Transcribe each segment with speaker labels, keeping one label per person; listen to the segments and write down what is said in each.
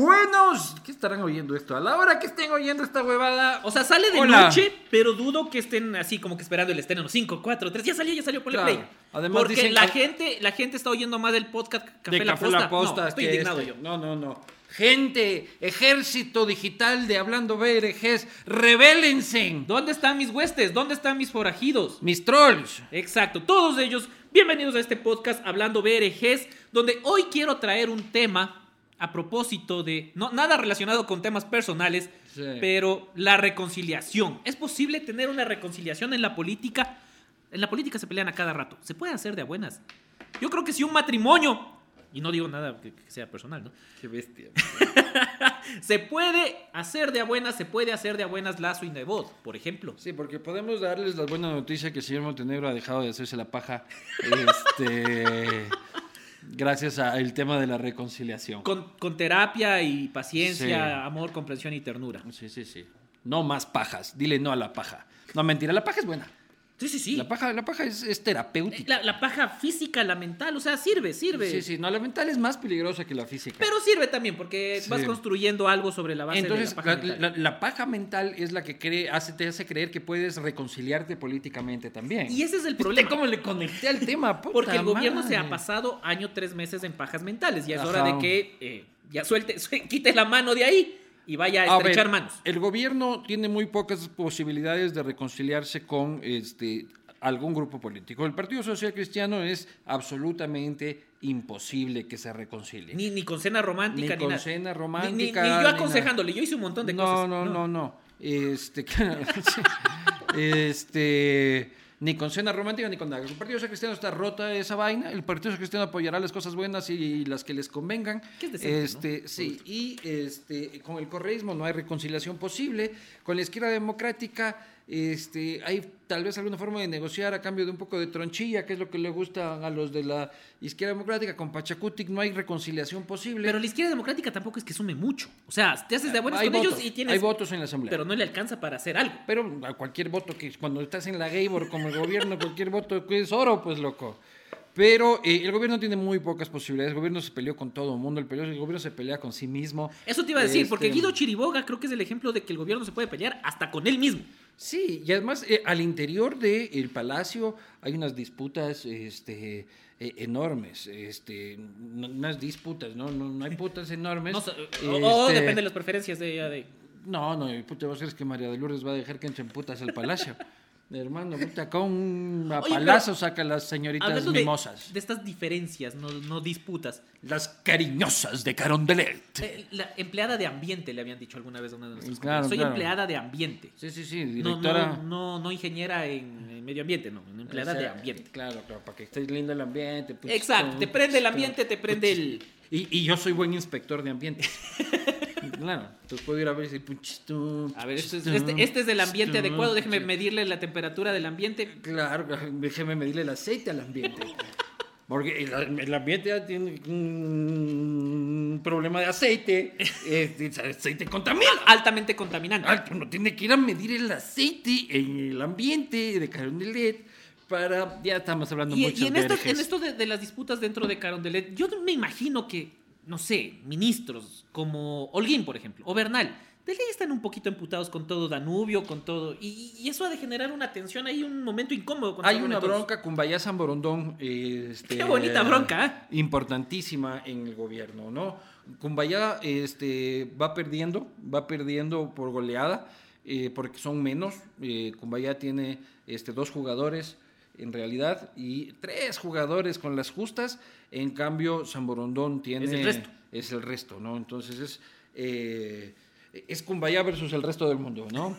Speaker 1: Dios, ¿qué estarán oyendo esto? A la hora que estén oyendo esta huevada.
Speaker 2: O sea, sale de
Speaker 1: Hola.
Speaker 2: noche, pero dudo que estén así como que esperando el estreno. 5, 4, 3, ya salió, ya salió, ponle
Speaker 1: Claro.
Speaker 2: play.
Speaker 1: Además
Speaker 2: Porque
Speaker 1: dicen
Speaker 2: la,
Speaker 1: que-
Speaker 2: gente, la gente está oyendo más del podcast Café,
Speaker 1: de
Speaker 2: la,
Speaker 1: Café
Speaker 2: Posta.
Speaker 1: La Posta.
Speaker 2: No, estoy
Speaker 1: que
Speaker 2: indignado
Speaker 1: este-
Speaker 2: yo.
Speaker 1: No, no, no. Gente, ejército digital de Hablando BRGs, rebélense.
Speaker 2: ¿Dónde están mis huestes? ¿Dónde están mis forajidos?
Speaker 1: Mis trolls.
Speaker 2: Exacto, todos ellos, bienvenidos a este podcast Hablando BRGs, donde hoy quiero traer un tema a propósito de, no, nada relacionado con temas personales,
Speaker 1: Sí.
Speaker 2: pero la reconciliación. ¿Es posible tener una reconciliación en la política? En la política se pelean a cada rato, se puede hacer de a buenas. Yo creo que si un matrimonio, y no digo nada que, que sea personal, ¿no?
Speaker 1: Qué bestia.
Speaker 2: Se puede hacer de a buenas, se puede hacer de a buenas Lazo y Nebot, por ejemplo.
Speaker 1: Sí, porque podemos darles la buena noticia que el señor Montenegro ha dejado de hacerse la paja. Este. gracias al tema de la reconciliación.
Speaker 2: Con, con terapia y paciencia,
Speaker 1: Sí.
Speaker 2: amor, comprensión y ternura.
Speaker 1: Sí, sí, sí. No más pajas. Dile no a la paja. No, mentira, la paja es buena.
Speaker 2: Sí, sí, sí.
Speaker 1: La paja, la paja es, es
Speaker 2: Eh,
Speaker 1: terapéutica.
Speaker 2: La, la paja física, la mental, o sea, sirve, sirve.
Speaker 1: Sí, sí, no, la mental es más peligrosa que la física.
Speaker 2: Pero sirve también porque
Speaker 1: Sí.
Speaker 2: vas construyendo algo sobre la base
Speaker 1: Entonces,
Speaker 2: de la
Speaker 1: la,
Speaker 2: paja. mental.
Speaker 1: la- la paja mental es la que cree, hace, te hace creer que puedes reconciliarte políticamente también.
Speaker 2: Y ese es el
Speaker 1: ¿Viste
Speaker 2: problema.
Speaker 1: cómo le conecté al tema? Puta
Speaker 2: porque el gobierno se ha
Speaker 1: madre.
Speaker 2: pasado año, tres meses en pajas mentales. Ya es
Speaker 1: Ajá.
Speaker 2: hora de que eh, ya suelte, sue- quite la mano de ahí y vaya a
Speaker 1: A ver,
Speaker 2: estrechar manos.
Speaker 1: El gobierno tiene muy pocas posibilidades de reconciliarse con este algún grupo político. El Partido Social Cristiano es absolutamente imposible que se reconcilie.
Speaker 2: Ni, ni con cena romántica,
Speaker 1: Ni
Speaker 2: ni,
Speaker 1: con
Speaker 2: nada.
Speaker 1: cena
Speaker 2: Ni- ni-
Speaker 1: romántica,
Speaker 2: Ni,
Speaker 1: ni
Speaker 2: yo
Speaker 1: nada.
Speaker 2: aconsejándole, yo hice un montón de
Speaker 1: no,
Speaker 2: cosas.
Speaker 1: No, no, no, Este, sí. este, ni con cena romántica ni con nada. El Partido Social Cristiano está rota esa vaina. El Partido Social Cristiano apoyará las cosas buenas y las que les convengan.
Speaker 2: Que es decente,
Speaker 1: este,
Speaker 2: ¿no?
Speaker 1: sí. Y este, con el correísmo no hay reconciliación posible. Con la izquierda democrática. Este, hay tal vez alguna forma de negociar a cambio de un poco de tronchilla, que es lo que le gusta a los de la izquierda democrática. Con Pachacutic no hay reconciliación posible.
Speaker 2: Pero la izquierda democrática tampoco es que sume mucho. O sea, te haces de buenas
Speaker 1: hay
Speaker 2: con
Speaker 1: votos,
Speaker 2: ellos y tienes.
Speaker 1: hay votos en la asamblea.
Speaker 2: Pero no le alcanza para hacer algo.
Speaker 1: Pero a cualquier voto que cuando estás en la Gabor como el gobierno, cualquier voto que es oro, pues loco. Pero eh, el gobierno tiene muy pocas posibilidades. El gobierno se peleó con todo el mundo. El, peleó- el gobierno se pelea con sí mismo.
Speaker 2: Eso te iba a decir,
Speaker 1: Este,
Speaker 2: porque Guido Chiriboga creo que es el ejemplo de que el gobierno se puede pelear hasta con él mismo.
Speaker 1: Sí, y además eh, al interior del palacio hay unas disputas este, eh, enormes. Este, no- unas disputas, ¿no? No, no hay putas enormes.
Speaker 2: No sé, o, o
Speaker 1: Este,
Speaker 2: depende de las preferencias de ella. De...
Speaker 1: No, no, y puta, vos crees que María de Lourdes va a dejar que entren putas al palacio. Hermano, puta, acá un a
Speaker 2: Oye, pero-
Speaker 1: palazo saca las señoritas
Speaker 2: Hablando de,
Speaker 1: mimosas.
Speaker 2: de estas diferencias, no, no disputas.
Speaker 1: Las cariñosas de Carondelet.
Speaker 2: Eh, La empleada de ambiente le habían dicho alguna vez a una de nuestras
Speaker 1: Claro,
Speaker 2: compañeras. Soy
Speaker 1: claro.
Speaker 2: empleada de ambiente.
Speaker 1: Sí, sí, sí,
Speaker 2: No,
Speaker 1: directora.
Speaker 2: no, no, no ingeniera en, en medio ambiente, no, una empleada
Speaker 1: O sea,
Speaker 2: de ambiente.
Speaker 1: Claro, claro, para que esté lindo el ambiente. pues, putz,
Speaker 2: Exacto,
Speaker 1: putz,
Speaker 2: te prende el
Speaker 1: putz,
Speaker 2: ambiente, te
Speaker 1: putz.
Speaker 2: prende el...
Speaker 1: Y, y yo soy buen inspector de ambiente. claro, entonces puedo ir a ver si. putz, tum,
Speaker 2: A ver, este es,
Speaker 1: putz,
Speaker 2: este- este es el
Speaker 1: putz,
Speaker 2: ambiente
Speaker 1: tum,
Speaker 2: adecuado, déjeme
Speaker 1: putz.
Speaker 2: medirle la temperatura del ambiente.
Speaker 1: Claro, déjeme medirle el aceite al ambiente. Porque el, el ambiente ya tiene un problema de aceite. Este, el aceite contamina.
Speaker 2: Altamente contaminante.
Speaker 1: Ah, Uno tiene que ir a medir el aceite en el ambiente de Carondelet para... Ya estamos hablando
Speaker 2: Y,
Speaker 1: mucho
Speaker 2: y en,
Speaker 1: de
Speaker 2: esto,
Speaker 1: herejes.
Speaker 2: en esto de, de las disputas dentro de Carondelet, yo me imagino que, no sé, ministros como Holguín, por ejemplo, o Bernal, de ley están un poquito emputados con todo Danubio, con todo. Y, y eso ha de generar una tensión ahí, un momento incómodo. cuando
Speaker 1: Hay
Speaker 2: se
Speaker 1: una
Speaker 2: reúnen todos.
Speaker 1: bronca con Bayá San Borondón. este,
Speaker 2: Qué bonita bronca, ¿eh?
Speaker 1: Importantísima en el gobierno, ¿no? Cumbayá este, va perdiendo, va perdiendo por goleada, eh, porque son menos. Eh, Cumbayá tiene este, dos jugadores en realidad y tres jugadores con las justas. En cambio, San Borondón tiene.
Speaker 2: Es el resto.
Speaker 1: Es el resto, ¿no? Entonces es. eh, es Cumbayá versus el resto del mundo, ¿no?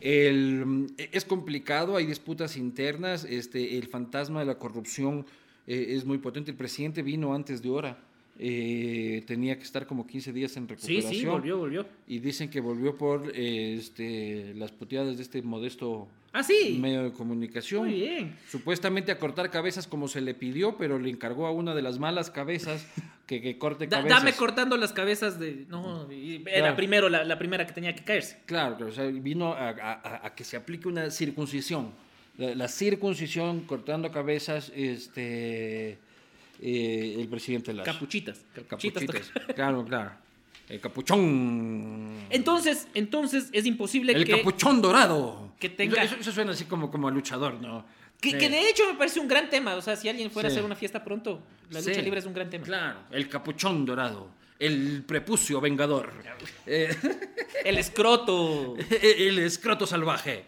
Speaker 1: El, mm, es complicado, hay disputas internas, este, el fantasma de la corrupción eh, es muy potente. El presidente vino antes de hora, eh, tenía que estar como 15 días en
Speaker 2: Sí,
Speaker 1: recuperación.
Speaker 2: sí, volvió, volvió.
Speaker 1: Y dicen que volvió por eh, este, las puteadas de este modesto
Speaker 2: Ah, sí.
Speaker 1: medio de comunicación.
Speaker 2: Muy bien.
Speaker 1: Supuestamente a cortar cabezas como se le pidió, pero le encargó a una de las malas cabezas que, que corte
Speaker 2: Da-
Speaker 1: cabezas.
Speaker 2: dame cortando las cabezas de. No, y- era
Speaker 1: Claro.
Speaker 2: primero la, la primera que tenía que caerse.
Speaker 1: Claro, claro, o sea, vino a, a- a- a que se aplique una circuncisión. La, la circuncisión cortando cabezas, este, eh, el presidente Lazo.
Speaker 2: Capuchitas. Capuchitas.
Speaker 1: Capuchitas, claro, claro. El capuchón.
Speaker 2: Entonces, entonces es imposible
Speaker 1: el
Speaker 2: que...
Speaker 1: capuchón dorado.
Speaker 2: que tenga-
Speaker 1: Eso, eso suena así como, como a luchador, ¿no?
Speaker 2: Que,
Speaker 1: Sí.
Speaker 2: que de hecho me parece un gran tema. O sea, si alguien fuera
Speaker 1: Sí.
Speaker 2: a hacer una fiesta pronto, la lucha
Speaker 1: Sí.
Speaker 2: libre es un gran tema.
Speaker 1: Claro, el capuchón dorado. El prepucio vengador. eh,
Speaker 2: El escroto.
Speaker 1: el escroto salvaje.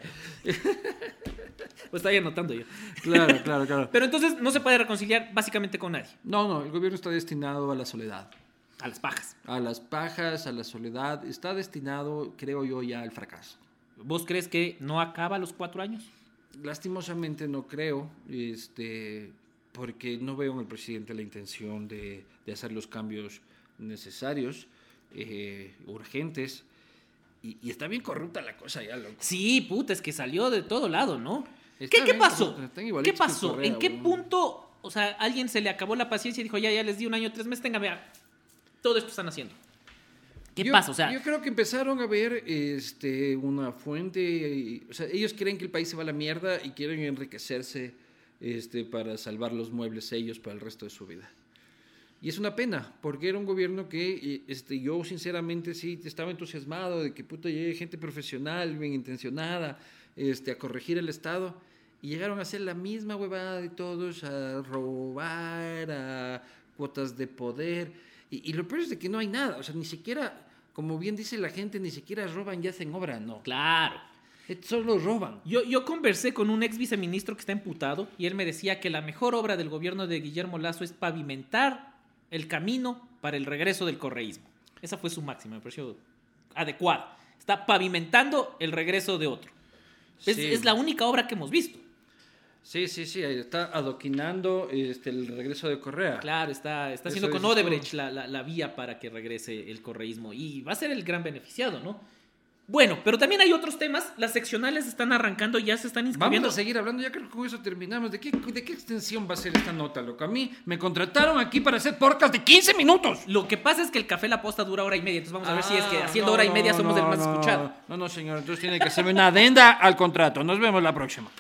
Speaker 2: Lo estaba anotando yo.
Speaker 1: Claro, claro, claro.
Speaker 2: Pero entonces no se puede reconciliar básicamente con nadie.
Speaker 1: No, no, el gobierno está destinado a la soledad.
Speaker 2: A las pajas.
Speaker 1: A las pajas, a la soledad. Está destinado, creo yo, ya al fracaso.
Speaker 2: ¿Vos crees que no acaba a los cuatro años?
Speaker 1: Lastimosamente no creo, este, porque no veo en el presidente la intención de, de hacer los cambios necesarios, eh, urgentes. Y, y está bien corrupta la cosa ya, loco.
Speaker 2: Sí, puta, es que salió de todo lado, ¿no? ¿Qué,
Speaker 1: Está
Speaker 2: qué
Speaker 1: bien,
Speaker 2: pasó?
Speaker 1: corrupta, están
Speaker 2: ¿Qué
Speaker 1: igualitos que
Speaker 2: pasó?
Speaker 1: Correa,
Speaker 2: ¿En qué
Speaker 1: weón.
Speaker 2: punto, o sea, alguien se le acabó la paciencia y dijo, ya, ya les di un año, tres meses, tenga, vea, todo esto están haciendo? ¿Qué
Speaker 1: Yo-
Speaker 2: pasa? O sea,
Speaker 1: yo creo que empezaron a ver este, una fuente. y- o sea, ellos creen que el país se va a la mierda y quieren enriquecerse este, para salvar los muebles ellos para el resto de su vida. Y es una pena, porque era un gobierno que eh, este, yo sinceramente sí estaba entusiasmado de que puta llegue gente profesional, bien intencionada, este, a corregir el Estado. Y llegaron a hacer la misma huevada de todos, a robar, a cuotas de poder. Y, y lo peor es de que no hay nada, o sea, ni siquiera, como bien dice la gente, ni siquiera roban y hacen obra, no.
Speaker 2: claro.
Speaker 1: Eh, Solo roban.
Speaker 2: Yo, yo conversé con un ex viceministro que está emputado y él me decía que la mejor obra del gobierno de Guillermo Lazo es pavimentar el camino para el regreso del correísmo. Esa fue su máxima, me pareció adecuada. Está pavimentando el regreso de otro. Es,
Speaker 1: Sí.
Speaker 2: es la única obra que hemos visto.
Speaker 1: Sí, sí, sí, ahí está adoquinando este, el regreso de Correa.
Speaker 2: Claro, está, está
Speaker 1: Eso
Speaker 2: haciendo con
Speaker 1: dices tú.
Speaker 2: Odebrecht la, la- la vía para que regrese el correísmo y va a ser el gran beneficiado, ¿no? Bueno, pero también hay otros temas. Las seccionales están arrancando, ya se están
Speaker 1: Vamos
Speaker 2: inscribiendo.
Speaker 1: a seguir hablando, ya creo que con eso terminamos. ¿De qué, ¿De qué extensión va a ser esta nota, loco? A mí me contrataron aquí para hacer podcast de 15 minutos.
Speaker 2: Lo que pasa es que el café La Posta dura hora y media, entonces vamos a ver si es que
Speaker 1: Ah,
Speaker 2: haciendo
Speaker 1: no,
Speaker 2: hora y
Speaker 1: no,
Speaker 2: media somos
Speaker 1: no,
Speaker 2: el más
Speaker 1: no.
Speaker 2: escuchado.
Speaker 1: No, no, señor, entonces tiene que hacerme una adenda al contrato. Nos vemos la próxima.